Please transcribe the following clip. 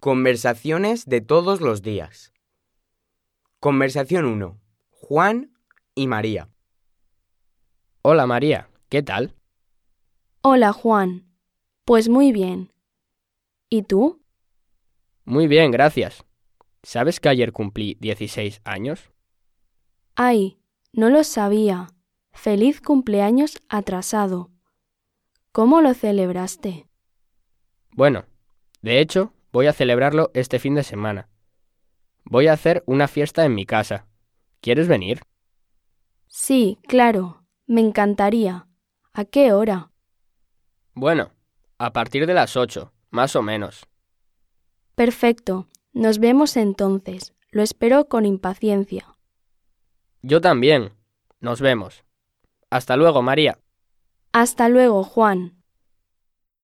Conversaciones de todos los días. Conversación 1. Juan y María. Hola María, ¿qué tal? Hola, Juan. Pues muy bien. ¿Y tú? Muy bien, gracias. ¿Sabes que ayer cumplí 16 años? Ay, no lo sabía. Feliz cumpleaños atrasado. ¿Cómo lo celebraste? Bueno, de hecho, voy a celebrarlo este fin de semana. Voy a hacer una fiesta en mi casa. ¿Quieres venir? Sí, claro. Me encantaría. ¿A qué hora? Bueno, a partir de las 8, más o menos. Perfecto. Nos vemos entonces. Lo espero con impaciencia. Yo también. Nos vemos. Hasta luego, María. Hasta luego, Juan.